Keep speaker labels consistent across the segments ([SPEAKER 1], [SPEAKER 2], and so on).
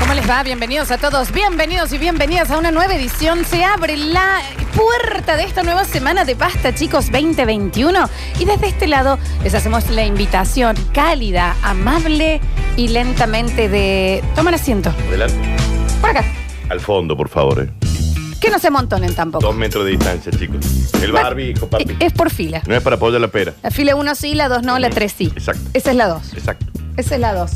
[SPEAKER 1] ¿Cómo les va? Bienvenidos a todos, bienvenidos y bienvenidas a una nueva edición. Se abre la puerta de esta nueva semana de Basta, chicos, 2021. Y desde este lado les hacemos la invitación cálida, amable y lentamente de... Toman asiento,
[SPEAKER 2] Adelante.
[SPEAKER 1] por acá.
[SPEAKER 2] Al fondo, por favor. eh.
[SPEAKER 1] Que no se amontonen
[SPEAKER 2] Dos
[SPEAKER 1] tampoco. Eh,
[SPEAKER 2] metros de distancia, chicos. El barbijo, papi.
[SPEAKER 1] Es- Es por fila.
[SPEAKER 2] No es para apoyar la pera.
[SPEAKER 1] La fila 1 sí, la 2 no, la 3 sí.
[SPEAKER 2] Exacto.
[SPEAKER 1] Esa es la 2.
[SPEAKER 2] Exacto.
[SPEAKER 1] Esa es la 2.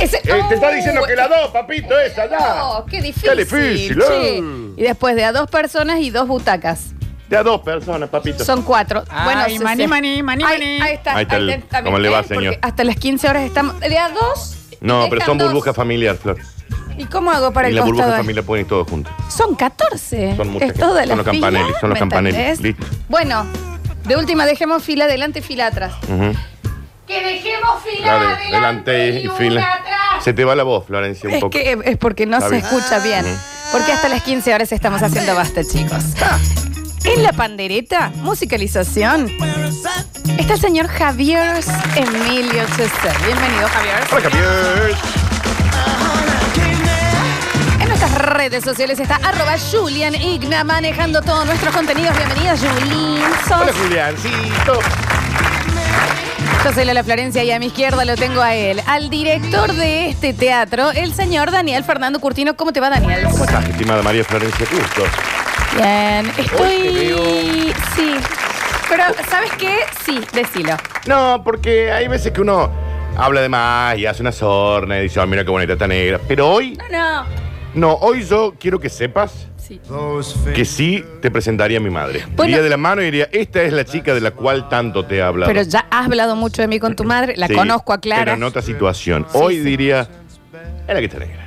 [SPEAKER 2] Eh, te está diciendo que la dos, papito, esa
[SPEAKER 1] Oh. No,
[SPEAKER 2] ya.
[SPEAKER 1] qué difícil.
[SPEAKER 2] Qué difícil,
[SPEAKER 1] che.
[SPEAKER 2] eh.
[SPEAKER 1] Y después de a dos personas y dos butacas.
[SPEAKER 2] De a dos personas, papito.
[SPEAKER 1] Son cuatro.
[SPEAKER 3] Ay,
[SPEAKER 1] se-
[SPEAKER 3] maní,
[SPEAKER 1] se-
[SPEAKER 3] maní, maní,
[SPEAKER 1] Ahí-
[SPEAKER 3] maní.
[SPEAKER 1] Ahí está.
[SPEAKER 2] Ahí está el-
[SPEAKER 1] está, eh,
[SPEAKER 2] ¿cómo le va,
[SPEAKER 1] porque
[SPEAKER 2] señor?
[SPEAKER 1] Hasta las 15 horas estamos. De a dos.
[SPEAKER 2] No, pero
[SPEAKER 1] dejan
[SPEAKER 2] son
[SPEAKER 1] dos.
[SPEAKER 2] burbujas familiar, Flor.
[SPEAKER 1] ¿Y cómo hago para
[SPEAKER 2] y
[SPEAKER 1] el
[SPEAKER 2] la burbuja
[SPEAKER 1] costado?
[SPEAKER 2] familiar pueden ir todos juntos.
[SPEAKER 1] Son 14.
[SPEAKER 2] Son mucha
[SPEAKER 1] Es
[SPEAKER 2] gente.
[SPEAKER 1] toda
[SPEAKER 2] Son
[SPEAKER 1] la
[SPEAKER 2] los
[SPEAKER 1] fila,
[SPEAKER 2] campanelli, son los
[SPEAKER 1] ¿me
[SPEAKER 2] campanelli.
[SPEAKER 1] entendés?
[SPEAKER 2] Listo.
[SPEAKER 1] Bueno, de última dejemos fila adelante y fila atrás.
[SPEAKER 2] Ujú.
[SPEAKER 1] Que dejemos fila
[SPEAKER 2] Claro, delante y fila. Se te va la voz, Florencia, un
[SPEAKER 1] Es
[SPEAKER 2] poco.
[SPEAKER 1] que es porque no
[SPEAKER 2] Está
[SPEAKER 1] se
[SPEAKER 2] bien. Ah,
[SPEAKER 1] escucha bien. Porque hasta las 15 horas estamos haciendo basta, chicos. En la pandereta, musicalización, está el señor Javier Emilio Chester. Bienvenido,
[SPEAKER 2] Hola,
[SPEAKER 1] Javier.
[SPEAKER 2] Javier.
[SPEAKER 1] En nuestras redes sociales está arroba Julian Igna manejando todos nuestros contenidos. Bienvenida, Julian. Sos-
[SPEAKER 2] Hola, Juliancito.
[SPEAKER 1] Yo soy Lola Florencia y a mi izquierda lo tengo a él, al director de este teatro, el señor Daniel Fernando Curtino. ¿Cómo te va, Daniel?
[SPEAKER 2] ¿Cómo estás, estimada María Florencia Justo?
[SPEAKER 1] Bien, estoy.
[SPEAKER 2] Hoy te veo-
[SPEAKER 1] Sí. Pero, ¿sabes qué? Sí, decilo.
[SPEAKER 2] No, porque hay veces que uno habla de más y hace una sorna y dice, ah, mira qué bonita está negra. Pero hoy
[SPEAKER 1] No, no.
[SPEAKER 2] No, hoy yo quiero que sepas
[SPEAKER 1] Sí.
[SPEAKER 2] que sí te presentaría a mi madre.
[SPEAKER 1] Bueno.
[SPEAKER 2] iría de la mano y diría, esta es la chica de la cual tanto te he hablado.
[SPEAKER 1] Pero ya has hablado mucho de mí con tu madre, la
[SPEAKER 2] Sí,
[SPEAKER 1] conozco a Clara.
[SPEAKER 2] Pero en otra situación. hoy diría, era que está negra.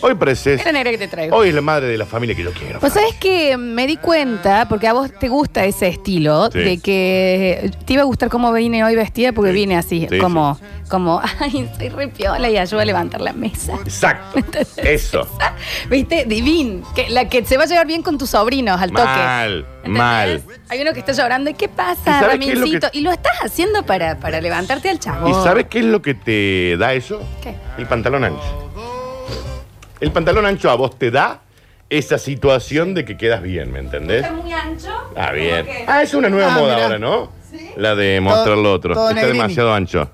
[SPEAKER 2] hoy pareces,
[SPEAKER 1] Era negra que te traigo.
[SPEAKER 2] hoy es la madre de la familia que yo quiero.
[SPEAKER 1] Pues sabes que me di cuenta, porque a vos te gusta ese estilo,
[SPEAKER 2] Sí.
[SPEAKER 1] de que te iba a gustar cómo vine hoy vestida, porque
[SPEAKER 2] Sí.
[SPEAKER 1] vine así,
[SPEAKER 2] Sí,
[SPEAKER 1] como, como, ay, soy re piola y ayuda a levantar la mesa.
[SPEAKER 2] Exacto. Eso.
[SPEAKER 1] ¿Viste? Divin. Que, la que se va a llevar bien con tus sobrinos al toque.
[SPEAKER 2] Mal,
[SPEAKER 1] ¿Entendés?
[SPEAKER 2] mal,
[SPEAKER 1] Hay uno que está llorando. ¿Y qué
[SPEAKER 2] ¿Y
[SPEAKER 1] pasa,
[SPEAKER 2] sabes qué es lo
[SPEAKER 1] Ramincito?
[SPEAKER 2] que-
[SPEAKER 1] Y lo estás haciendo para, para levantarte al chavo.
[SPEAKER 2] ¿Y sabes qué es lo que te da eso?
[SPEAKER 1] ¿Qué?
[SPEAKER 2] El pantalón ancho. El pantalón ancho a vos te da esa situación de que quedas bien, ¿me entendés?
[SPEAKER 1] Está muy ancho.
[SPEAKER 2] Ah, bien.
[SPEAKER 1] Como que-
[SPEAKER 2] Ah, es una nueva
[SPEAKER 3] Ah,
[SPEAKER 2] moda
[SPEAKER 3] mirá.
[SPEAKER 2] ahora, ¿no? La de mostrar lo otro.
[SPEAKER 3] todo
[SPEAKER 2] Está
[SPEAKER 3] negrini.
[SPEAKER 2] demasiado ancho.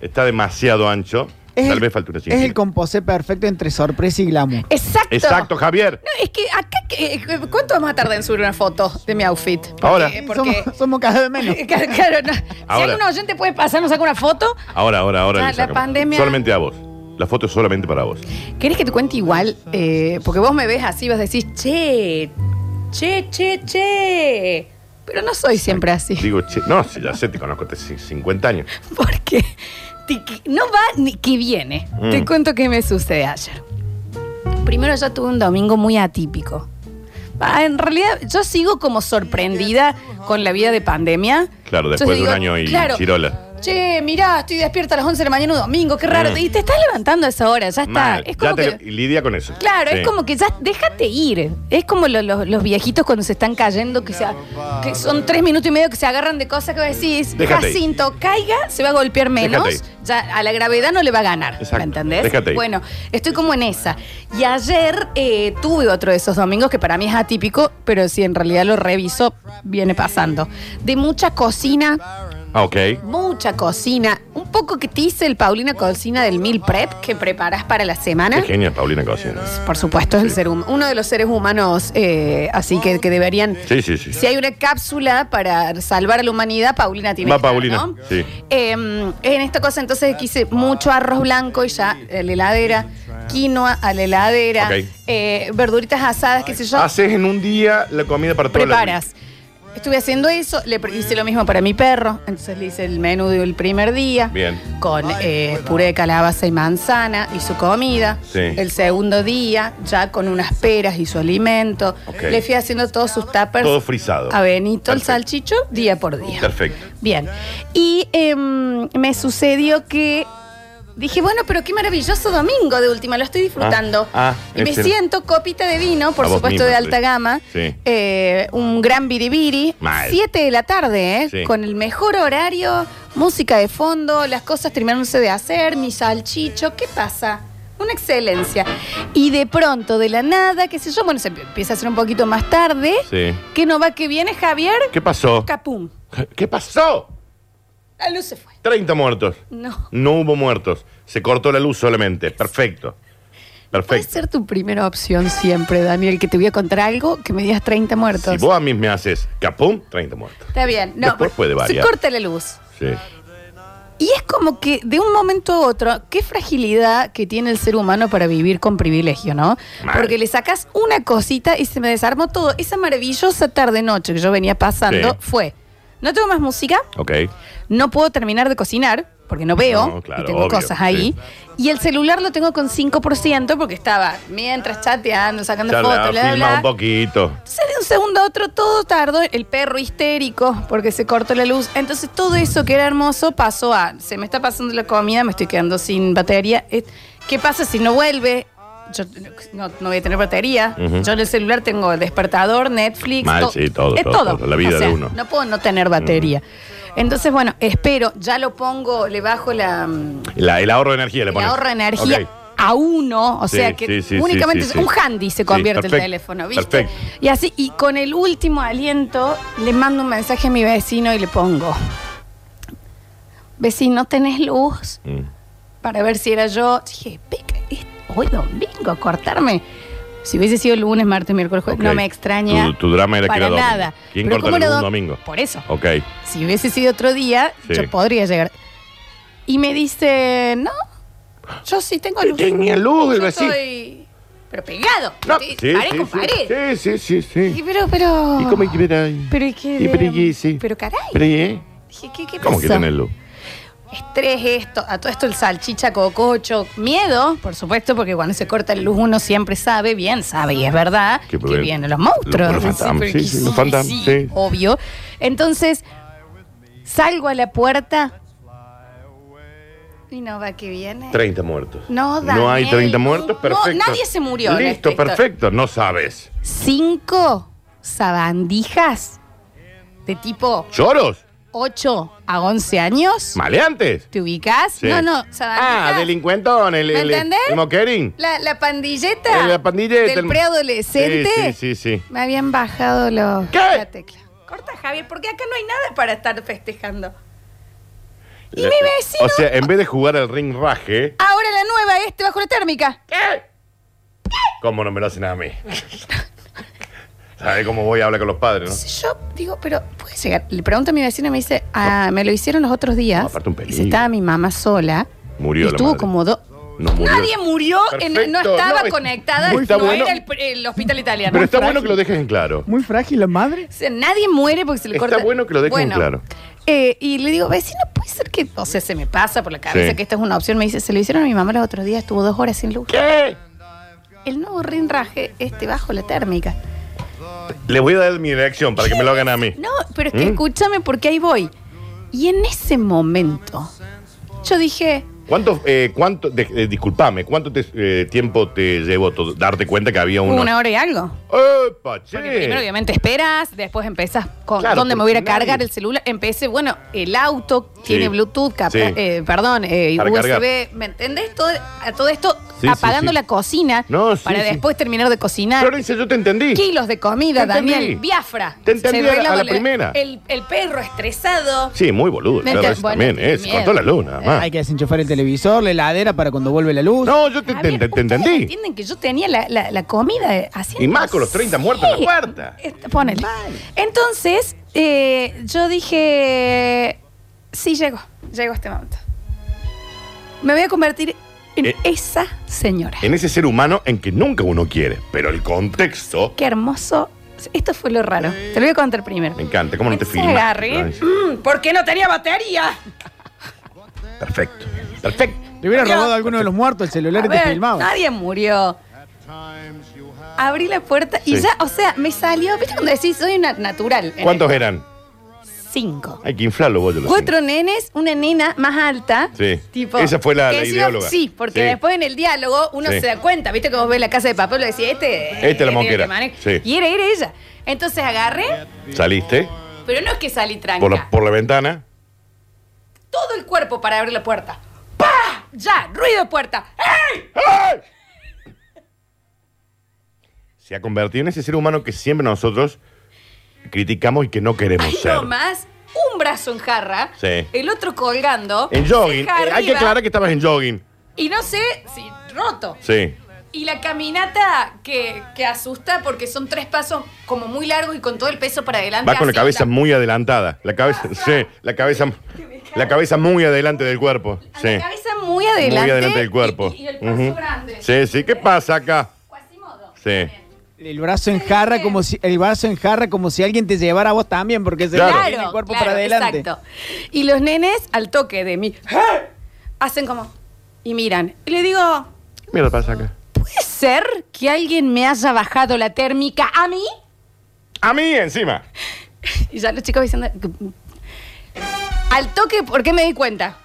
[SPEAKER 2] Está demasiado ancho.
[SPEAKER 3] Es
[SPEAKER 2] Tal
[SPEAKER 3] el-
[SPEAKER 2] vez falta una
[SPEAKER 3] Es el
[SPEAKER 2] cintura.
[SPEAKER 3] composé perfecto entre sorpresa y
[SPEAKER 1] Eh,
[SPEAKER 3] glamour.
[SPEAKER 1] Exacto.
[SPEAKER 2] Exacto, Javier.
[SPEAKER 1] No, es que acá, que- eh, ¿cuánto vamos a tardar en subir una foto de mi outfit? Porque-
[SPEAKER 2] Ahora.
[SPEAKER 1] Porque,
[SPEAKER 3] Somos, somos cada vez menos.
[SPEAKER 1] Claro, claro, no. Si
[SPEAKER 2] Ahora.
[SPEAKER 1] algún oyente puede pasar, nos saca una foto.
[SPEAKER 2] Ahora, ahora, ahora.
[SPEAKER 1] Ah,
[SPEAKER 2] le
[SPEAKER 1] la
[SPEAKER 2] sacamos.
[SPEAKER 1] pandemia.
[SPEAKER 2] Solamente a vos. La foto es solamente para vos.
[SPEAKER 1] ¿Querés que te cuente igual? Eh, porque vos me ves así, vas a decir, che, che, che, che. Pero no soy siempre así.
[SPEAKER 2] Digo, che, no, si ya sé, te conozco hace 50 años.
[SPEAKER 1] Porque te- que- no va ni que viene.
[SPEAKER 2] Mm.
[SPEAKER 1] Te cuento qué me sucede ayer. Primero yo tuve un domingo muy atípico. Ah, en realidad yo sigo como sorprendida con la vida de pandemia.
[SPEAKER 2] Claro, después
[SPEAKER 1] Entonces
[SPEAKER 2] de un
[SPEAKER 1] digo,
[SPEAKER 2] año y
[SPEAKER 1] claro,
[SPEAKER 2] Chirola.
[SPEAKER 1] Che, mirá, estoy despierta a las 11 de la mañana un domingo, qué raro.
[SPEAKER 2] Mm.
[SPEAKER 1] Y te estás levantando a esa hora, ya está.
[SPEAKER 2] Mal.
[SPEAKER 1] Es como
[SPEAKER 2] ya
[SPEAKER 1] que...
[SPEAKER 2] te- lidia con eso.
[SPEAKER 1] Claro,
[SPEAKER 2] Sí.
[SPEAKER 1] es como que ya déjate ir. Es como lo- lo- los viejitos cuando se están cayendo, que, se a- que son tres minutos y medio que se agarran de cosas que vos decís,
[SPEAKER 2] Déjate ir.
[SPEAKER 1] Jacinto, caiga, se va a golpear menos,
[SPEAKER 2] Déjate
[SPEAKER 1] ya a la gravedad no le va a ganar.
[SPEAKER 2] Exacto,
[SPEAKER 1] ¿Me entendés?
[SPEAKER 2] déjate ir.
[SPEAKER 1] Bueno, estoy como en esa. Y ayer eh, tuve otro de esos domingos que para mí es atípico, pero si en realidad lo reviso, viene pasando. De mucha cocina,
[SPEAKER 2] Ah, ok.
[SPEAKER 1] ¿Eh? mucha cocina. Un poco que te hice el Paulina Cocina del Meal Prep que preparás para la semana.
[SPEAKER 2] Qué genio, Paulina Cocina.
[SPEAKER 1] Por supuesto, es el ser hum- uno de los seres humanos, eh, así que, que deberían.
[SPEAKER 2] Sí, sí, sí.
[SPEAKER 1] Si hay una cápsula para salvar a la humanidad, Paulina tiene
[SPEAKER 2] Va
[SPEAKER 1] que estar,
[SPEAKER 2] Paulina,
[SPEAKER 1] ¿no?
[SPEAKER 2] sí.
[SPEAKER 1] Eh, en esta cosa, entonces quise mucho arroz blanco y ya a la heladera, quinoa a la heladera,
[SPEAKER 2] Ok. Ah,
[SPEAKER 1] eh, verduritas asadas, qué sé yo.
[SPEAKER 2] Haces en un día la comida para toda la
[SPEAKER 1] preparas. Estuve haciendo eso, le pre- hice lo mismo para mi perro, entonces le hice el menú del primer día
[SPEAKER 2] Bien.
[SPEAKER 1] con eh, puré de calabaza y manzana y su comida.
[SPEAKER 2] Sí.
[SPEAKER 1] El segundo día, ya con unas peras y su alimento.
[SPEAKER 2] Ok.
[SPEAKER 1] Le fui haciendo todos sus tuppers.
[SPEAKER 2] Todo frisado.
[SPEAKER 1] A Benito, el
[SPEAKER 2] Perfecto.
[SPEAKER 1] salchicho, día por día.
[SPEAKER 2] Perfecto.
[SPEAKER 1] Bien. Y em, me sucedió que dije, bueno, pero qué maravilloso domingo de última, lo estoy disfrutando.
[SPEAKER 2] Ah, ah,
[SPEAKER 1] y me
[SPEAKER 2] excelente.
[SPEAKER 1] siento copita de vino, por
[SPEAKER 2] A vos
[SPEAKER 1] supuesto
[SPEAKER 2] misma,
[SPEAKER 1] de
[SPEAKER 2] sí.
[SPEAKER 1] alta gama.
[SPEAKER 2] Sí.
[SPEAKER 1] Eh, un gran biribiri.
[SPEAKER 2] Mal.
[SPEAKER 1] Siete de la tarde, ¿eh?
[SPEAKER 2] Sí.
[SPEAKER 1] Con el mejor horario, música de fondo, las cosas terminándose de hacer, mi salchicho. ¿Qué pasa? Una excelencia. Y de pronto, de la nada, qué sé yo, bueno, se empieza a hacer un poquito más tarde.
[SPEAKER 2] Sí.
[SPEAKER 1] Que no va que viene Javier.
[SPEAKER 2] ¿Qué pasó?
[SPEAKER 1] Capum.
[SPEAKER 2] ¿Qué pasó?
[SPEAKER 1] La luz se fue.
[SPEAKER 2] 30 muertos.
[SPEAKER 1] No.
[SPEAKER 2] No hubo muertos. Se cortó la luz solamente. Perfecto.
[SPEAKER 1] Puede
[SPEAKER 2] Perfecto.
[SPEAKER 1] ser tu primera opción siempre, Daniel, que te voy a contar algo que me digas 30 muertos.
[SPEAKER 2] Si vos a mí me haces capum, 30 muertos.
[SPEAKER 1] Está bien. No,
[SPEAKER 2] Después
[SPEAKER 1] pero
[SPEAKER 2] puede variar.
[SPEAKER 1] Se corta la luz.
[SPEAKER 2] Sí.
[SPEAKER 1] Y es como que de un momento a otro, qué fragilidad que tiene el ser humano para vivir con privilegio, ¿no?
[SPEAKER 2] Mal.
[SPEAKER 1] Porque le sacas una cosita y se me desarmó todo. Esa maravillosa tarde-noche que yo venía pasando
[SPEAKER 2] Sí.
[SPEAKER 1] fue, no tengo más música,
[SPEAKER 2] Ok.
[SPEAKER 1] no puedo terminar de cocinar, porque no veo,
[SPEAKER 2] No, claro,
[SPEAKER 1] y tengo
[SPEAKER 2] obvio,
[SPEAKER 1] cosas ahí. Y el celular lo tengo con 5% porque estaba mientras chateando, sacando
[SPEAKER 2] Ya
[SPEAKER 1] fotos, bla, bla,
[SPEAKER 2] filma un
[SPEAKER 1] bla.
[SPEAKER 2] poquito.
[SPEAKER 1] Entonces, de un segundo a otro todo tardó, el perro histérico porque se cortó la luz. Entonces todo eso que era hermoso pasó a, se me está pasando la comida, me estoy quedando sin batería. Eh, ¿Qué pasa si no vuelve? Yo no, no voy a tener batería.
[SPEAKER 2] Ujú.
[SPEAKER 1] Yo en el celular tengo el despertador, Netflix.
[SPEAKER 2] Mal,
[SPEAKER 1] to-
[SPEAKER 2] sí, todo,
[SPEAKER 1] Es
[SPEAKER 2] todo,
[SPEAKER 1] todo.
[SPEAKER 2] todo, la vida
[SPEAKER 1] O sea,
[SPEAKER 2] de uno.
[SPEAKER 1] No puedo no tener batería. Entonces, bueno, espero, ya lo pongo, le bajo la... mm,
[SPEAKER 2] La- el ahorro de energía le
[SPEAKER 1] le
[SPEAKER 2] pones.
[SPEAKER 1] ahorra energía
[SPEAKER 2] Ok.
[SPEAKER 1] a uno, o
[SPEAKER 2] Sí,
[SPEAKER 1] sea que
[SPEAKER 2] sí, sí,
[SPEAKER 1] únicamente
[SPEAKER 2] sí, sí,
[SPEAKER 1] un
[SPEAKER 2] sí.
[SPEAKER 1] handy se
[SPEAKER 2] Sí,
[SPEAKER 1] convierte el
[SPEAKER 2] perfecto,
[SPEAKER 1] teléfono, ¿viste?
[SPEAKER 2] perfecto.
[SPEAKER 1] Y así, y con el último aliento le mando un mensaje a mi vecino y le pongo, vecino, ¿tenés luz?
[SPEAKER 2] Mm.
[SPEAKER 1] Para ver si era yo. Dije, "Peca, es hoy domingo, cortarme. Si hubiese sido lunes, martes, miércoles, jueves,
[SPEAKER 2] Ok.
[SPEAKER 1] Pues no me extraña.
[SPEAKER 2] Tu, tu drama era que
[SPEAKER 1] para
[SPEAKER 2] era domingo.
[SPEAKER 1] nada.
[SPEAKER 2] ¿Quién
[SPEAKER 1] Pero
[SPEAKER 2] corta
[SPEAKER 1] ¿cómo
[SPEAKER 2] la
[SPEAKER 1] era
[SPEAKER 2] luz un
[SPEAKER 1] do-
[SPEAKER 2] domingo?
[SPEAKER 1] Por eso.
[SPEAKER 2] Ok.
[SPEAKER 1] Si hubiese sido otro día,
[SPEAKER 2] Sí.
[SPEAKER 1] yo podría llegar. Y me dice, no, yo sí tengo luz.
[SPEAKER 2] Tenía luz el
[SPEAKER 1] yo
[SPEAKER 2] vecino.
[SPEAKER 1] estoy, pero pegado.
[SPEAKER 2] No.
[SPEAKER 1] Estoy-
[SPEAKER 2] Sí,
[SPEAKER 1] pared
[SPEAKER 2] sí,
[SPEAKER 1] con
[SPEAKER 2] sí.
[SPEAKER 1] pared.
[SPEAKER 2] Sí, sí, sí,
[SPEAKER 1] Y
[SPEAKER 2] sí.
[SPEAKER 1] pero, pero...
[SPEAKER 2] ¿Y cómo hay que ver ahí?
[SPEAKER 1] Pero, ¿y qué?
[SPEAKER 2] Y pero, ¿y sí?
[SPEAKER 1] Pero, caray.
[SPEAKER 2] Pero, ¿eh?
[SPEAKER 1] Dije, ¿qué, qué
[SPEAKER 2] ¿Cómo que
[SPEAKER 1] pasó?
[SPEAKER 2] tenés luz?
[SPEAKER 1] Estrés esto, a todo esto el salchicha, cococho, miedo, por supuesto, porque cuando se corta la luz uno siempre sabe, bien sabe, y es verdad,
[SPEAKER 2] Que
[SPEAKER 1] que,
[SPEAKER 2] pueden-
[SPEAKER 1] vienen los monstruos.
[SPEAKER 2] los- los
[SPEAKER 1] Sí,
[SPEAKER 2] fantasmas,
[SPEAKER 1] pero
[SPEAKER 2] sí,
[SPEAKER 1] que
[SPEAKER 2] sí, los fantasmas, sí.
[SPEAKER 1] Obvio. Entonces, salgo a la puerta y no va que viene.
[SPEAKER 2] 30 muertos.
[SPEAKER 1] No,
[SPEAKER 2] No hay
[SPEAKER 1] Daniel.
[SPEAKER 2] 30 muertos,
[SPEAKER 1] No,
[SPEAKER 2] perfecto.
[SPEAKER 1] nadie se murió en esta
[SPEAKER 2] Listo,
[SPEAKER 1] historia.
[SPEAKER 2] perfecto. No sabes.
[SPEAKER 1] Cinco sabandijas de tipo
[SPEAKER 2] ¿Choros?
[SPEAKER 1] 8 a 11 años.
[SPEAKER 2] ¿Maleantes?
[SPEAKER 1] ¿Te ubicas?
[SPEAKER 2] Sí.
[SPEAKER 1] No, no,
[SPEAKER 2] Ah,
[SPEAKER 1] sabandijas.
[SPEAKER 2] delincuentón. El,
[SPEAKER 1] ¿Me
[SPEAKER 2] el,
[SPEAKER 1] entendés?
[SPEAKER 2] el moquerín.
[SPEAKER 1] La, la pandilleta.
[SPEAKER 2] Eh, la pandilleta.
[SPEAKER 1] Del
[SPEAKER 2] el-
[SPEAKER 1] preadolescente.
[SPEAKER 2] Sí, sí, sí. sí.
[SPEAKER 1] Me habían bajado los,
[SPEAKER 2] ¿Qué?
[SPEAKER 1] la tecla. Corta, Javier, porque acá no hay nada para estar festejando. Y
[SPEAKER 2] La-
[SPEAKER 1] mi vecino-
[SPEAKER 2] O sea, en vez de jugar al ring raje,
[SPEAKER 1] Ahora la nueva es te bajo la térmica.
[SPEAKER 2] ¿cómo no me lo hacen a mí? ¿Sabes cómo voy a hablar con los padres, no?
[SPEAKER 1] Entonces yo digo, pero puede llegar. Le pregunto a mi vecino y me dice, ah, me lo hicieron los otros días.
[SPEAKER 2] No, aparte un peligro.
[SPEAKER 1] Y se estaba mi mamá sola.
[SPEAKER 2] Murió
[SPEAKER 1] Y
[SPEAKER 2] la
[SPEAKER 1] estuvo
[SPEAKER 2] madre.
[SPEAKER 1] como dos.
[SPEAKER 2] No murió.
[SPEAKER 1] Nadie murió, en- no
[SPEAKER 2] Perfecto,
[SPEAKER 1] estaba
[SPEAKER 2] no, es-
[SPEAKER 1] conectada,
[SPEAKER 2] Muy- está
[SPEAKER 1] no
[SPEAKER 2] bueno.
[SPEAKER 1] era el, el hospital italiano.
[SPEAKER 2] Pero está
[SPEAKER 3] frágil.
[SPEAKER 2] bueno que lo dejes en claro.
[SPEAKER 3] Muy frágil la madre.
[SPEAKER 1] O sea, nadie muere porque se le
[SPEAKER 2] Está
[SPEAKER 1] corta.
[SPEAKER 2] bueno que lo dejen claro.
[SPEAKER 1] eh, y le digo, vecino, puede ser que. O sea, se me pasa por la cabeza
[SPEAKER 2] Sí.
[SPEAKER 1] que esta es una opción. Me dice, se lo hicieron a mi mamá los otros días, estuvo dos horas sin luz.
[SPEAKER 2] ¿Qué?
[SPEAKER 1] El nuevo rinraje, este bajo la térmica.
[SPEAKER 2] Le voy a dar mi dirección para que me lo hagan a mí.
[SPEAKER 1] No, pero es que
[SPEAKER 2] ¿Mm?
[SPEAKER 1] escúchame porque ahí voy. Y en ese momento, yo dije,
[SPEAKER 2] ¿Cuánto, eh, cuánto, de- eh, disculpame, cuánto te- eh, tiempo te llevó to- darte cuenta que había uno?
[SPEAKER 1] una hora y algo.
[SPEAKER 2] ¡Epa, che!
[SPEAKER 1] Porque primero, obviamente, esperas, después empezas con
[SPEAKER 2] Claro,
[SPEAKER 1] dónde me voy
[SPEAKER 2] porque
[SPEAKER 1] a ir a cargar
[SPEAKER 2] nadie-
[SPEAKER 1] el celular. Empecé, bueno, el auto
[SPEAKER 2] Sí,
[SPEAKER 1] tiene Bluetooth, capa-
[SPEAKER 2] sí.
[SPEAKER 1] eh, perdón, eh,
[SPEAKER 2] Para
[SPEAKER 1] USB,
[SPEAKER 2] cargar.
[SPEAKER 1] ¿me entendés? Todo, a todo esto
[SPEAKER 2] Sí, sí,
[SPEAKER 1] apagando
[SPEAKER 2] sí.
[SPEAKER 1] la cocina
[SPEAKER 2] No, sí,
[SPEAKER 1] para
[SPEAKER 2] sí.
[SPEAKER 1] después terminar de cocinar.
[SPEAKER 2] Florencia, yo te entendí.
[SPEAKER 1] Kilos de comida,
[SPEAKER 2] Te entendí.
[SPEAKER 1] Daniel. Biafra.
[SPEAKER 2] Te entendí a la- a la
[SPEAKER 1] Cervelo, le-
[SPEAKER 2] primera.
[SPEAKER 1] El, el perro estresado.
[SPEAKER 2] Sí, muy boludo.
[SPEAKER 1] Me
[SPEAKER 2] claro,
[SPEAKER 1] entiendo.
[SPEAKER 2] eso
[SPEAKER 1] Bueno,
[SPEAKER 2] también
[SPEAKER 1] tiene
[SPEAKER 2] es.
[SPEAKER 1] miedo. Eh,
[SPEAKER 2] Cortó la luna, más.
[SPEAKER 3] Hay que desenchufar el televisor, la heladera para cuando vuelve la luz.
[SPEAKER 2] Ah. No, yo te, te-
[SPEAKER 1] Javier,
[SPEAKER 2] te- te
[SPEAKER 1] ¿ustedes
[SPEAKER 2] entendí.
[SPEAKER 1] Entienden que yo tenía la, la- la comida eh, haciendo.
[SPEAKER 2] Y más con los 30 muertos en la puerta.
[SPEAKER 1] Eh, Ponele. Entonces, eh, yo dije. Sí, llego. Llego a este momento. Me voy a convertir en
[SPEAKER 2] Eh,
[SPEAKER 1] esa señora.
[SPEAKER 2] En ese ser humano en que nunca uno quiere, pero el contexto.
[SPEAKER 1] Qué hermoso. Esto fue lo raro. Te lo voy a contar primero.
[SPEAKER 2] Me encanta, ¿cómo no te
[SPEAKER 1] Entonces
[SPEAKER 2] filmas?
[SPEAKER 1] agarré,
[SPEAKER 2] Florencia?
[SPEAKER 1] "Mm, ¿Por qué no tenía batería?
[SPEAKER 2] Perfecto. Perfecto.
[SPEAKER 3] Le hubiera
[SPEAKER 1] Mira.
[SPEAKER 3] robado a alguno de los muertos el celular
[SPEAKER 1] A
[SPEAKER 3] y te
[SPEAKER 1] ver,
[SPEAKER 3] filmaba.
[SPEAKER 1] nadie murió. Abrí la puerta y
[SPEAKER 2] Sí.
[SPEAKER 1] ya, o sea, me salió. ¿Viste cuando decís soy una natural? En
[SPEAKER 2] ¿Cuántos
[SPEAKER 1] esto.
[SPEAKER 2] eran?
[SPEAKER 1] Cinco.
[SPEAKER 2] Hay que inflarlo vos, yo lo
[SPEAKER 1] Cuatro nenes, una nena más alta.
[SPEAKER 2] Sí.
[SPEAKER 1] Tipo,
[SPEAKER 2] Esa fue la-
[SPEAKER 1] que
[SPEAKER 2] la
[SPEAKER 1] encima-
[SPEAKER 2] ideóloga.
[SPEAKER 1] Sí, porque
[SPEAKER 2] Sí.
[SPEAKER 1] después en el diálogo uno
[SPEAKER 2] Sí.
[SPEAKER 1] se da cuenta. ¿Viste que vos ves la casa de papel y decís, este.
[SPEAKER 2] Esta es la
[SPEAKER 1] el
[SPEAKER 2] monquera.
[SPEAKER 1] que maneja.
[SPEAKER 2] Sí.
[SPEAKER 1] Y era, era ella. Entonces agarré,
[SPEAKER 2] sé. Saliste
[SPEAKER 1] pero no es que salí tranca.
[SPEAKER 2] por la, por la ventana.
[SPEAKER 1] Todo el cuerpo para abrir la puerta. ¡Pah! Ya, ruido de puerta. ¡Ey!
[SPEAKER 2] ¡Ay! se ha convertido en ese ser humano que siempre nosotros criticamos y que no queremos
[SPEAKER 1] Hay
[SPEAKER 2] ser.
[SPEAKER 1] nomás un brazo en jarra,
[SPEAKER 2] Sí.
[SPEAKER 1] el otro colgando.
[SPEAKER 2] En jogging.
[SPEAKER 1] ceja
[SPEAKER 2] Eh, hay que
[SPEAKER 1] arriba,
[SPEAKER 2] aclarar que estabas en jogging.
[SPEAKER 1] Y no sé si roto.
[SPEAKER 2] Sí.
[SPEAKER 1] Y la caminata que, que asusta porque son tres pasos como muy largos y con todo el peso para adelante.
[SPEAKER 2] Va con la
[SPEAKER 1] así,
[SPEAKER 2] cabeza
[SPEAKER 1] la-
[SPEAKER 2] muy adelantada. La cabeza, sí, la cabeza, la cabeza muy adelante del cuerpo.
[SPEAKER 1] a
[SPEAKER 2] Sí.
[SPEAKER 1] La cabeza muy adelante.
[SPEAKER 2] muy adelante del cuerpo.
[SPEAKER 1] Y, y el brazo
[SPEAKER 2] Ujú.
[SPEAKER 1] grande.
[SPEAKER 2] Sí, sí. ¿Qué pasa acá?
[SPEAKER 1] Quasimodo.
[SPEAKER 2] Sí.
[SPEAKER 3] El brazo en jarra como si el brazo en jarra como si alguien te llevara a vos también porque se
[SPEAKER 2] Claro.
[SPEAKER 3] le
[SPEAKER 1] Claro,
[SPEAKER 3] tiene el cuerpo
[SPEAKER 1] claro,
[SPEAKER 3] para adelante.
[SPEAKER 1] Exacto. Y los nenes, al toque de mí, hacen como. Y miran. Y le digo,
[SPEAKER 2] Mira, pasa acá.
[SPEAKER 1] ¿puede ser que alguien me haya bajado la térmica a mí?
[SPEAKER 2] A mí encima.
[SPEAKER 1] Y ya los chicos diciendo. Al toque, ¿por qué me di cuenta?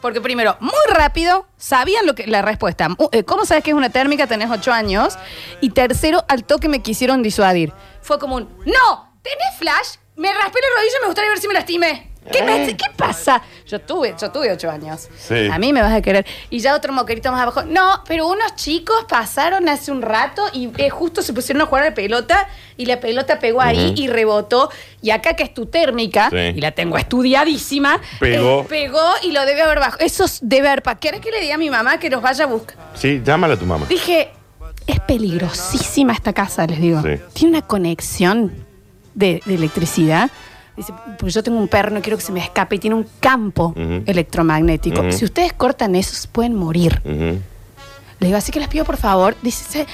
[SPEAKER 1] Porque primero, muy rápido, sabían lo que la respuesta. Uh, eh, ¿Cómo sabes que es una térmica? Tenés ocho años. Y tercero, al toque me quisieron disuadir. Fue como un, no, tenés flash, me raspé la rodilla, me gustaría ver si me lastimé. ¿Qué, me-
[SPEAKER 2] Eh.
[SPEAKER 1] qué pasa? Yo tuve, yo tuve ocho años.
[SPEAKER 2] Sí.
[SPEAKER 1] A mí me vas a querer. Y ya otro moquerito más abajo. No, pero unos chicos pasaron hace un rato y eh, justo se pusieron a jugar a la pelota y la pelota pegó ahí y rebotó. Y acá que es tu térmica,
[SPEAKER 2] Sí.
[SPEAKER 1] y la tengo estudiadísima,
[SPEAKER 2] Pegó.
[SPEAKER 1] eh, pegó y lo debe haber bajado. Eso es- debe haber pasado. ¿Quieres que le diga a mi mamá que nos vaya a buscar?
[SPEAKER 2] Sí, llámala a tu mamá.
[SPEAKER 1] Dije, es peligrosísima esta casa, les digo.
[SPEAKER 2] Sí.
[SPEAKER 1] Tiene una conexión de, de electricidad. Dice, pues yo tengo un perro, no quiero que se me escape. Y tiene un campo
[SPEAKER 2] Ujú.
[SPEAKER 1] electromagnético.
[SPEAKER 2] Ujú.
[SPEAKER 1] Si ustedes cortan eso, se pueden morir.
[SPEAKER 2] Ujú.
[SPEAKER 1] Les digo, así que les pido por favor. Dice, "Se-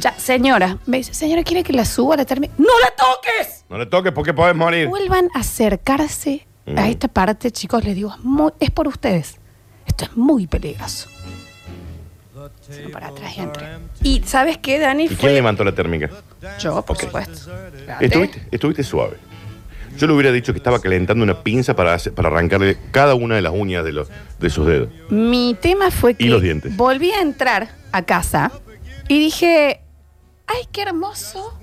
[SPEAKER 1] ya, señora. Me dice, señora, ¿quiere que la suba a la termi-?" ¡No la toques!
[SPEAKER 2] No le toques porque podés morir.
[SPEAKER 1] Vuelvan a acercarse
[SPEAKER 2] Mm.
[SPEAKER 1] a esta parte, chicos. Les digo, es, muy- es por ustedes. Esto es muy peligroso. Se van para atrás y entran. ¿Y sabes qué, Dani?
[SPEAKER 2] ¿Y quién levantó la térmica?
[SPEAKER 1] Yo, por supuesto. Espérate.
[SPEAKER 2] Estuviste, estuviste suave. Yo le hubiera dicho que estaba calentando una pinza para, hacer- para arrancarle cada una de las uñas de, los, de sus dedos.
[SPEAKER 1] Mi tema fue que
[SPEAKER 2] los dientes.
[SPEAKER 1] volví a entrar a casa y dije, ay, qué hermoso.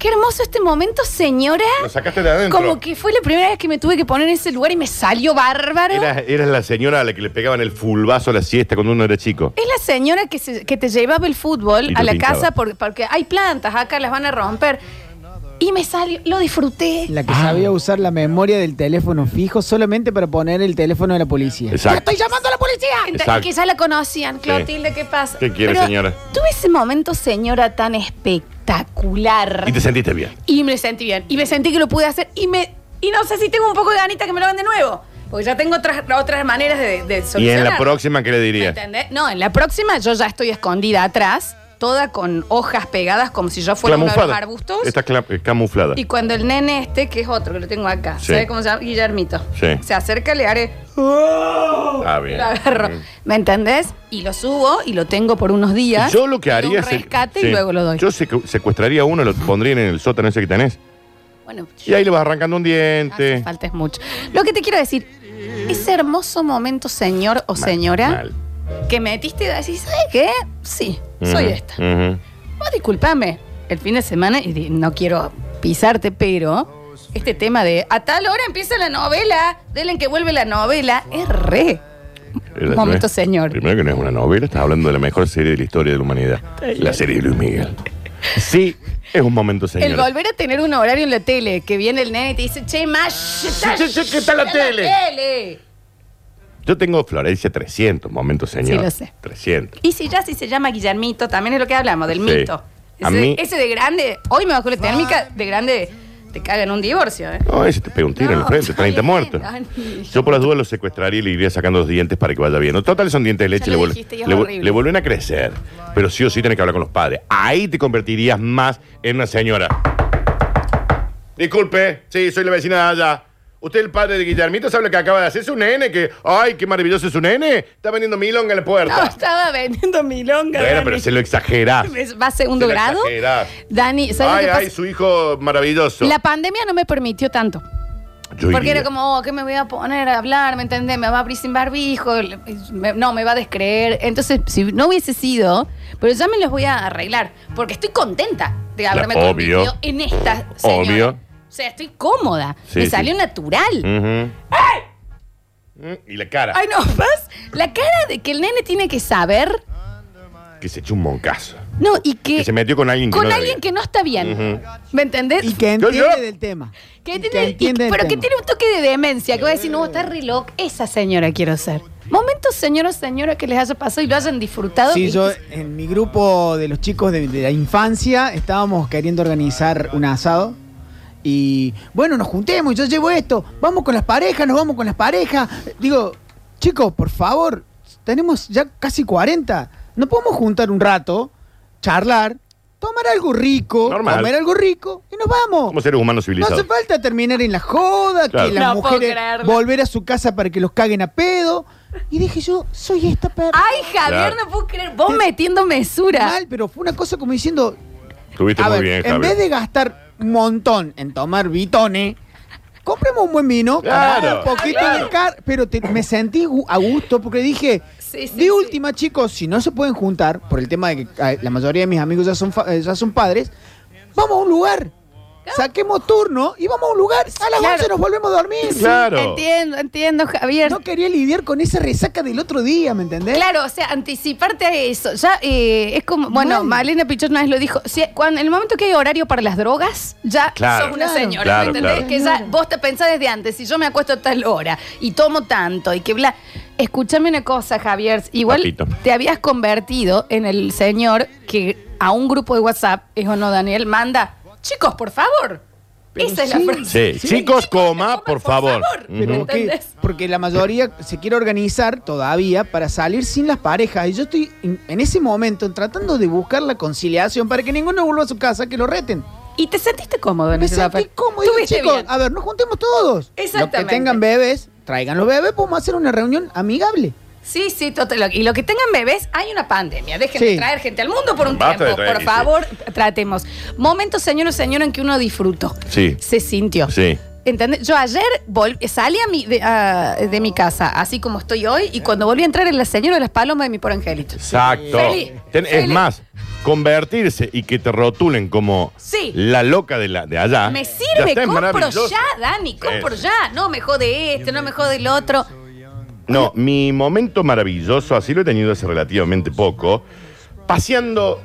[SPEAKER 1] Qué hermoso este momento, señora.
[SPEAKER 2] Lo sacaste de adentro.
[SPEAKER 1] Como que fue la primera vez que me tuve que poner en ese lugar y me salió bárbaro.
[SPEAKER 2] Eras, eras la señora a la que le pegaban el fulbazo a la siesta cuando uno era chico.
[SPEAKER 1] Es la señora que, se- que te llevaba el fútbol
[SPEAKER 2] Y
[SPEAKER 1] a
[SPEAKER 2] lo
[SPEAKER 1] la
[SPEAKER 2] pinchaba.
[SPEAKER 1] casa por- porque hay plantas, acá las van a romper. Y me salió, lo disfruté.
[SPEAKER 3] La que
[SPEAKER 2] Ah.
[SPEAKER 3] sabía usar la memoria del teléfono fijo solamente para poner el teléfono de la policía.
[SPEAKER 2] Exacto.
[SPEAKER 1] ¡Estoy llamando a la policía!
[SPEAKER 2] Exacto.
[SPEAKER 1] Y que ya la conocían. Clotilde, ¿qué pasa?
[SPEAKER 2] ¿Qué quiere, señora?
[SPEAKER 1] Tuve ese momento, señora, tan espectacular.
[SPEAKER 2] Y te sentiste bien.
[SPEAKER 1] Y me sentí bien. Y me sentí que lo pude hacer. Y me y no sé si tengo un poco de ganita que me lo hagan de nuevo. Porque ya tengo otras, otras maneras de, de solucionar.
[SPEAKER 2] Y en la próxima, ¿qué le
[SPEAKER 1] ¿Me
[SPEAKER 2] dirías?
[SPEAKER 1] entendés? No, en la próxima yo ya estoy escondida atrás, toda con hojas pegadas como si yo fuera uno de los
[SPEAKER 2] Camuflada.
[SPEAKER 1] arbustos.
[SPEAKER 2] Está cla- eh, camuflada.
[SPEAKER 1] Y cuando el nene este, que es otro, que lo tengo acá,
[SPEAKER 2] Sí.
[SPEAKER 1] ¿sabes cómo se llama? Guillermito.
[SPEAKER 2] Sí.
[SPEAKER 1] Se acerca, le haré,
[SPEAKER 2] Ah, bien.
[SPEAKER 1] lo agarro.
[SPEAKER 2] Mm.
[SPEAKER 1] ¿Me entendés? Y lo subo y lo tengo por unos días.
[SPEAKER 2] Yo lo que
[SPEAKER 1] y
[SPEAKER 2] haría
[SPEAKER 1] un
[SPEAKER 2] es.
[SPEAKER 1] rescate
[SPEAKER 2] sí.
[SPEAKER 1] y luego lo doy.
[SPEAKER 2] Yo secu- secuestraría a uno, lo pondría en el sótano ese que tenés.
[SPEAKER 1] bueno,
[SPEAKER 2] Y este. ahí le vas arrancando un
[SPEAKER 1] no hace
[SPEAKER 2] diente.
[SPEAKER 1] falta es mucho. Lo que te quiero decir, ese hermoso momento, señor o
[SPEAKER 2] Mal,
[SPEAKER 1] señora,
[SPEAKER 2] mal.
[SPEAKER 1] que metiste y decís, ¿sabes qué? Sí, soy
[SPEAKER 2] Ujú,
[SPEAKER 1] esta.
[SPEAKER 2] ujú.
[SPEAKER 1] Vos disculpame el fin de semana y di- no quiero pisarte, pero este tema de a tal hora empieza la novela, del en que vuelve la novela, es re.
[SPEAKER 2] Era-
[SPEAKER 1] Momento,
[SPEAKER 2] no es-
[SPEAKER 1] señor.
[SPEAKER 2] Primero que no es una novela, estás hablando de la mejor serie de la historia de la humanidad. La serie de Luis Miguel. Sí, es un momento, señor.
[SPEAKER 1] El volver a tener un horario en la tele, que viene el nene y te dice, che, más, está,
[SPEAKER 2] che, che, que está la tele". Yo tengo Florencia 300, momento,
[SPEAKER 1] Sí,
[SPEAKER 2] señor.
[SPEAKER 1] lo sé.
[SPEAKER 2] 300.
[SPEAKER 1] Y si ya si se llama Guillermito, también es lo que hablamos, del
[SPEAKER 2] Sí.
[SPEAKER 1] mito.
[SPEAKER 2] A
[SPEAKER 1] Ese,
[SPEAKER 2] mí-
[SPEAKER 1] ese de grande, hoy me bajó la térmica, de grande te cagan un divorcio, ¿eh?
[SPEAKER 2] No, ese te pega un tiro en
[SPEAKER 1] No,
[SPEAKER 2] la frente,
[SPEAKER 1] está
[SPEAKER 2] 30
[SPEAKER 1] bien,
[SPEAKER 2] muertos.
[SPEAKER 1] Dani.
[SPEAKER 2] Yo por las dudas lo secuestraría y le iría sacando los dientes para que vaya viendo. Total, son dientes de leche,
[SPEAKER 1] lo
[SPEAKER 2] le, vuel-
[SPEAKER 1] dijiste y es
[SPEAKER 2] le vu-
[SPEAKER 1] horrible.
[SPEAKER 2] le vuelven a crecer. Pero sí o sí tenés que hablar con los padres. Ahí te convertirías más en una señora. Disculpe, sí, soy la vecina de allá. Usted, el padre de Guillermito, sabe lo que acaba de hacer. Es un nene que, ay, qué maravilloso es un nene. Está vendiendo milonga en la
[SPEAKER 1] No,
[SPEAKER 2] puerta.
[SPEAKER 1] estaba vendiendo milonga.
[SPEAKER 2] Bueno,
[SPEAKER 1] Dani.
[SPEAKER 2] pero se lo exagerás.
[SPEAKER 1] ¿Va a segundo
[SPEAKER 2] Se lo
[SPEAKER 1] grado?
[SPEAKER 2] exagerás.
[SPEAKER 1] Dani, ¿sabes
[SPEAKER 2] Ay,
[SPEAKER 1] lo que
[SPEAKER 2] ay,
[SPEAKER 1] pasa?
[SPEAKER 2] su hijo maravilloso.
[SPEAKER 1] La pandemia no me permitió tanto.
[SPEAKER 2] Yo
[SPEAKER 1] porque
[SPEAKER 2] iría.
[SPEAKER 1] era como, oh, ¿qué me voy a poner a hablar? ¿Me entendés? Me va a abrir sin barbijo. me- no, me va a descreer. Entonces, si no hubiese sido, pero ya me los voy a arreglar. Porque estoy contenta de haberme
[SPEAKER 2] Obvio.
[SPEAKER 1] convertido en esta señora.
[SPEAKER 2] Obvio.
[SPEAKER 1] O sea, estoy cómoda.
[SPEAKER 2] Sí,
[SPEAKER 1] me
[SPEAKER 2] sí.
[SPEAKER 1] salió natural.
[SPEAKER 2] Ujú. Mm, Y la cara.
[SPEAKER 1] Ay, no, ¿vas? La cara de que el nene tiene que saber
[SPEAKER 2] Que se echó un moncazo.
[SPEAKER 1] No, y que.
[SPEAKER 2] Que se metió con alguien que
[SPEAKER 1] Con
[SPEAKER 2] no
[SPEAKER 1] alguien
[SPEAKER 2] debía.
[SPEAKER 1] que no está bien. ¿Me entendés?
[SPEAKER 3] Y que
[SPEAKER 2] Yo,
[SPEAKER 3] entiende
[SPEAKER 2] yo.
[SPEAKER 3] del tema.
[SPEAKER 1] Que
[SPEAKER 3] Y
[SPEAKER 1] tiene- y- pero que
[SPEAKER 3] del tema.
[SPEAKER 1] tiene un toque de demencia, que va a decir, no,
[SPEAKER 2] Eh.
[SPEAKER 1] está reloj, esa señora quiero ser. Momentos, señor o señora, que les haya pasado y lo hayan disfrutado.
[SPEAKER 3] Sí,
[SPEAKER 1] y-
[SPEAKER 3] yo en mi grupo de los chicos de, de la infancia estábamos queriendo organizar un asado. Y bueno, nos juntemos, yo llevo esto, vamos con las parejas, nos vamos con las parejas. Digo, chicos, por favor, tenemos ya casi 40. No podemos juntar un rato, charlar, tomar algo rico,
[SPEAKER 2] Normal.
[SPEAKER 3] comer algo rico y nos
[SPEAKER 2] Como
[SPEAKER 3] vamos.
[SPEAKER 2] seres humanos
[SPEAKER 3] No
[SPEAKER 2] civilizados.
[SPEAKER 3] hace falta terminar en la joda,
[SPEAKER 2] Claro.
[SPEAKER 3] que las
[SPEAKER 1] No puedo
[SPEAKER 3] mujeres
[SPEAKER 1] creerlo.
[SPEAKER 3] volver a su casa para que los caguen a pedo. Y dije yo, soy esta perra.
[SPEAKER 1] Ay, Javier,
[SPEAKER 2] Claro.
[SPEAKER 1] no puedo creer. Vos metiendo mesura.
[SPEAKER 3] mal, pero fue una cosa como diciendo,
[SPEAKER 2] Estuviste
[SPEAKER 3] a
[SPEAKER 2] muy
[SPEAKER 3] ver,
[SPEAKER 2] bien,
[SPEAKER 3] en
[SPEAKER 2] Javier.
[SPEAKER 3] vez de gastar un montón en tomar bitone, compremos un buen vino,
[SPEAKER 2] Claro, Ah,
[SPEAKER 3] un poquito
[SPEAKER 2] claro.
[SPEAKER 3] de car, pero te- me sentí gu- a gusto porque dije,
[SPEAKER 1] Sí, sí, sí.
[SPEAKER 3] de última, chicos, si no se pueden juntar por el tema de que eh, la mayoría de mis amigos ya son fa- eh, ya son padres, vamos a un lugar. Saquemos turno y vamos a un lugar. A las
[SPEAKER 1] Claro.
[SPEAKER 3] 11 nos volvemos a dormir.
[SPEAKER 1] Sí,
[SPEAKER 2] Claro.
[SPEAKER 1] Entiendo, entiendo, Javier.
[SPEAKER 3] No quería lidiar con esa resaca del otro día, ¿me entendés?
[SPEAKER 1] Claro, o sea, anticiparte a eso. Ya eh, es como, bueno,
[SPEAKER 3] Mal.
[SPEAKER 1] Malena Pichot una vez lo dijo, si- cuando, en el momento que hay horario para las drogas, ya
[SPEAKER 2] Claro.
[SPEAKER 1] sos una
[SPEAKER 3] Claro.
[SPEAKER 1] señora,
[SPEAKER 2] Claro,
[SPEAKER 1] ¿me entendés?
[SPEAKER 2] claro.
[SPEAKER 1] Que ya vos te pensás desde antes, si yo me acuesto a tal hora y tomo tanto y que bla... Escúchame una cosa, Javier, igual
[SPEAKER 2] Papito.
[SPEAKER 1] te habías convertido en el señor que a un grupo de WhatsApp, es o no, Daniel, manda, chicos, por favor. Esa es
[SPEAKER 3] sí.
[SPEAKER 1] la frase.
[SPEAKER 2] Sí, chicos, coma, por favor.
[SPEAKER 1] ¿me
[SPEAKER 3] Pero que-
[SPEAKER 1] entendés?
[SPEAKER 3] porque la mayoría se quiere organizar todavía para salir sin las parejas. Y yo estoy en, en ese momento tratando de buscar la conciliación para que ninguno vuelva a su casa, que lo reten.
[SPEAKER 1] Y te sentiste cómodo en
[SPEAKER 3] Me
[SPEAKER 1] ese
[SPEAKER 3] sentí
[SPEAKER 1] papel.
[SPEAKER 3] cómodo. Digo,
[SPEAKER 1] Estuviste
[SPEAKER 3] chicos,
[SPEAKER 1] bien.
[SPEAKER 3] a ver, nos juntemos todos. Los que
[SPEAKER 1] Exactamente.
[SPEAKER 3] tengan bebés, traigan los bebés, podemos hacer una reunión amigable.
[SPEAKER 1] Sí, sí, total. Lo- Y lo que tengan bebés, hay una pandemia. Déjenme
[SPEAKER 3] Sí.
[SPEAKER 1] traer gente al mundo por un
[SPEAKER 2] Basta de
[SPEAKER 1] tiempo.
[SPEAKER 2] traer,
[SPEAKER 1] por
[SPEAKER 2] sí.
[SPEAKER 1] favor, tratemos. Momento, señor o señora, en que uno disfrutó.
[SPEAKER 2] Sí.
[SPEAKER 1] Se sintió.
[SPEAKER 2] Sí.
[SPEAKER 1] ¿Entendés? Yo ayer vol- salí a mi, de, a- de mi casa, así como estoy hoy, y cuando volví a entrar en la señora de las palomas de mi por angelito.
[SPEAKER 2] Exacto.
[SPEAKER 1] Feli,
[SPEAKER 2] Ten- Es
[SPEAKER 1] Feli.
[SPEAKER 2] más, convertirse y que te rotulen como
[SPEAKER 1] Sí.
[SPEAKER 2] la loca de, la, de allá.
[SPEAKER 1] Me
[SPEAKER 2] Ah, ya
[SPEAKER 1] sirve,
[SPEAKER 2] está, es
[SPEAKER 1] compro
[SPEAKER 2] maravilloso.
[SPEAKER 1] ya, Dani, compro
[SPEAKER 2] Sí.
[SPEAKER 1] ya. No me jode este, no me jode el otro.
[SPEAKER 2] No, mi momento maravilloso, así lo he tenido hace relativamente poco, paseando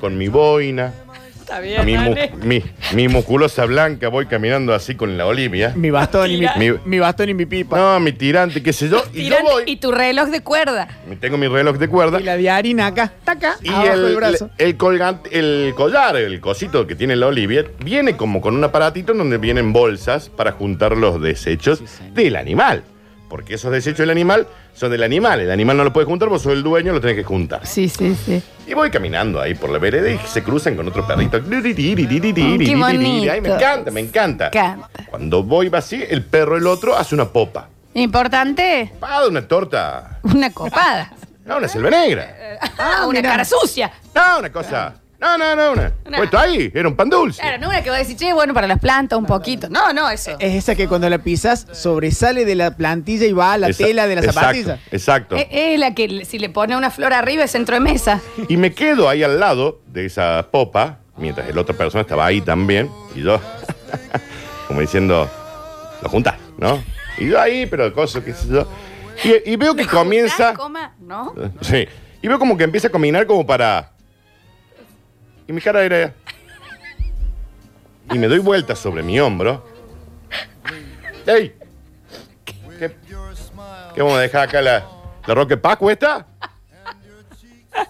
[SPEAKER 2] con mi boina,
[SPEAKER 1] Está bien,
[SPEAKER 2] mi, mu- mi- mi musculosa blanca, voy caminando así con la Olivia.
[SPEAKER 3] Mi bastón y mi,
[SPEAKER 2] Mi-
[SPEAKER 3] mi bastón y mi pipa.
[SPEAKER 2] No, mi tirante, qué sé yo. Y yo
[SPEAKER 1] y
[SPEAKER 2] voy,
[SPEAKER 1] tu reloj de cuerda.
[SPEAKER 2] tengo mi reloj de cuerda.
[SPEAKER 3] Y la de harina acá, está acá,
[SPEAKER 2] Y
[SPEAKER 3] abajo
[SPEAKER 2] el,
[SPEAKER 3] del brazo.
[SPEAKER 2] el colgante, el collar, el cosito que tiene la Olivia, viene como con un aparatito en donde vienen bolsas para juntar los desechos del animal. Porque esos desechos del animal son del animal. El animal no lo puede juntar, vos sos el dueño, lo tenés que juntar.
[SPEAKER 1] Sí, sí, sí.
[SPEAKER 2] Y voy caminando ahí por la vereda y se cruzan con otro perrito.
[SPEAKER 1] qué bonito.
[SPEAKER 2] Ay, me encanta, me encanta.
[SPEAKER 1] Encanta.
[SPEAKER 2] Cuando voy va así, el perro, el otro, hace una popa.
[SPEAKER 1] Importante,
[SPEAKER 2] Paga una torta.
[SPEAKER 1] una copada.
[SPEAKER 2] No, una selva negra.
[SPEAKER 1] Ah, una
[SPEAKER 3] mirá.
[SPEAKER 1] cara sucia.
[SPEAKER 2] No, una cosa. No, no, no, una.
[SPEAKER 1] Una.
[SPEAKER 2] Puesto ahí, era un pan dulce.
[SPEAKER 1] Claro, no una que va a decir, che, bueno, para las plantas un poquito. Eh, No, no, eso.
[SPEAKER 3] Es esa que cuando la pisas sobresale de la plantilla y va a la
[SPEAKER 2] Esa-
[SPEAKER 3] tela de Eh. la
[SPEAKER 2] exacto,
[SPEAKER 3] zapatilla.
[SPEAKER 2] Exacto.
[SPEAKER 1] Es, eh, es la que le- si le pone una flor arriba es centro de mesa.
[SPEAKER 2] Y me quedo ahí al lado de esa popa, mientras el otra persona estaba ahí también, y yo, como diciendo, lo juntas, ¿no? Y yo ahí, pero cosas, qué sé yo. Y, y veo que comienza.
[SPEAKER 1] Ah, coma, ¿no?
[SPEAKER 2] Sí. Y veo como que empieza a caminar como para. Y mi cara era. Y me doy vuelta sobre mi hombro. ¡Ey! ¿Qué, qué vamos a dejar acá la, la Roque Paco esta?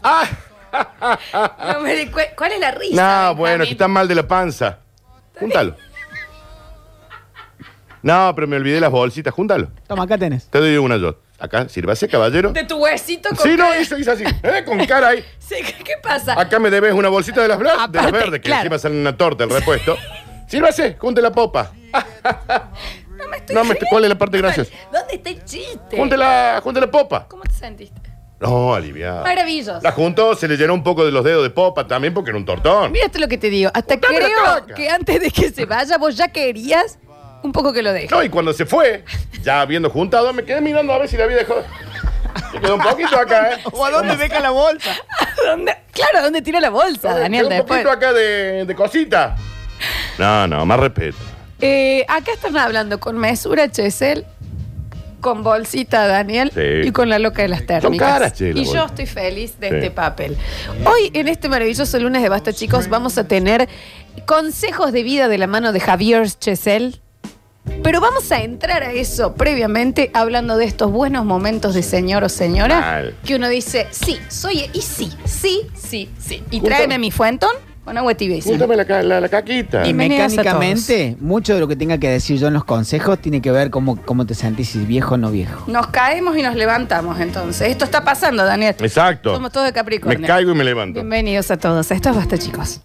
[SPEAKER 2] ¡Ah!
[SPEAKER 1] No me di cue- ¿Cuál es la risa?
[SPEAKER 2] No, bueno,
[SPEAKER 1] Benjamín?
[SPEAKER 2] que está mal de la panza. Júntalo. No, pero me olvidé las bolsitas, júntalo.
[SPEAKER 3] Toma, acá tenés.
[SPEAKER 2] Te doy una yo. Acá, sírvase, caballero.
[SPEAKER 1] De tu huesito con
[SPEAKER 2] Sí, no,
[SPEAKER 1] cara-
[SPEAKER 2] eso hizo así. ¿eh? Con cara ahí.
[SPEAKER 1] Sí, ¿qué, qué pasa?
[SPEAKER 2] Acá me debes una bolsita de las, bla- de las
[SPEAKER 1] Aparte,
[SPEAKER 2] verdes, que
[SPEAKER 1] claro.
[SPEAKER 2] encima sale una torta el repuesto. Sírvase, junte la popa.
[SPEAKER 1] no me estoy
[SPEAKER 2] no me- ¿cuál es la parte graciosa?
[SPEAKER 1] ¿Dónde está el chiste?
[SPEAKER 2] Junte la, junte la popa.
[SPEAKER 1] ¿Cómo te sentiste?
[SPEAKER 2] No, aliviado.
[SPEAKER 1] Maravilloso.
[SPEAKER 2] La juntó, se le llenó un poco de los dedos de popa también porque era un tortón.
[SPEAKER 1] Mira esto lo que te digo. Hasta
[SPEAKER 2] Juntame la
[SPEAKER 1] creo
[SPEAKER 2] caca.
[SPEAKER 1] que antes de que se vaya vos ya querías un poco que lo dejes.
[SPEAKER 2] No, y cuando se fue, ya habiendo juntado, me quedé mirando a ver si la había dejado. Me quedó un poquito acá, ¿eh?
[SPEAKER 3] ¿O a dónde deja la bolsa?
[SPEAKER 1] ¿Dónde? Claro, ¿dónde tira la bolsa, Daniel?
[SPEAKER 2] Quedó un
[SPEAKER 1] Después.
[SPEAKER 2] poquito acá de, de cosita. No, no, más respeto.
[SPEAKER 1] Eh, acá están hablando con mesura, Chesel. con bolsita, Daniel,
[SPEAKER 2] Sí.
[SPEAKER 1] y con la loca de las térmicas.
[SPEAKER 2] caras, che, la
[SPEAKER 1] y yo
[SPEAKER 2] bolsa.
[SPEAKER 1] estoy feliz de
[SPEAKER 2] Sí.
[SPEAKER 1] este papel. Hoy, en este maravilloso lunes de Basta, chicos, vamos a tener consejos de vida de la mano de Javier Chesel. Pero vamos a entrar a eso previamente hablando de estos buenos momentos de señor o señora
[SPEAKER 2] Mal.
[SPEAKER 1] que uno dice, sí, soy, e-", y sí, sí, sí, sí. Y
[SPEAKER 2] Justo-
[SPEAKER 1] tráeme mi fuentón con agua tibia. y sal.
[SPEAKER 2] Júntame la, ca- la- la caquita.
[SPEAKER 1] Y me- Bienvenidos a
[SPEAKER 3] mecánicamente, mucho de lo que tenga que decir yo en los consejos tiene que ver cómo, cómo te sentís, si viejo o no viejo.
[SPEAKER 1] Nos caemos y nos levantamos entonces. Esto está pasando, Daniel.
[SPEAKER 2] Exacto.
[SPEAKER 1] Somos todos de Capricornio.
[SPEAKER 2] Me caigo y me levanto.
[SPEAKER 1] Bienvenidos a todos. Esto es Basta, chicos.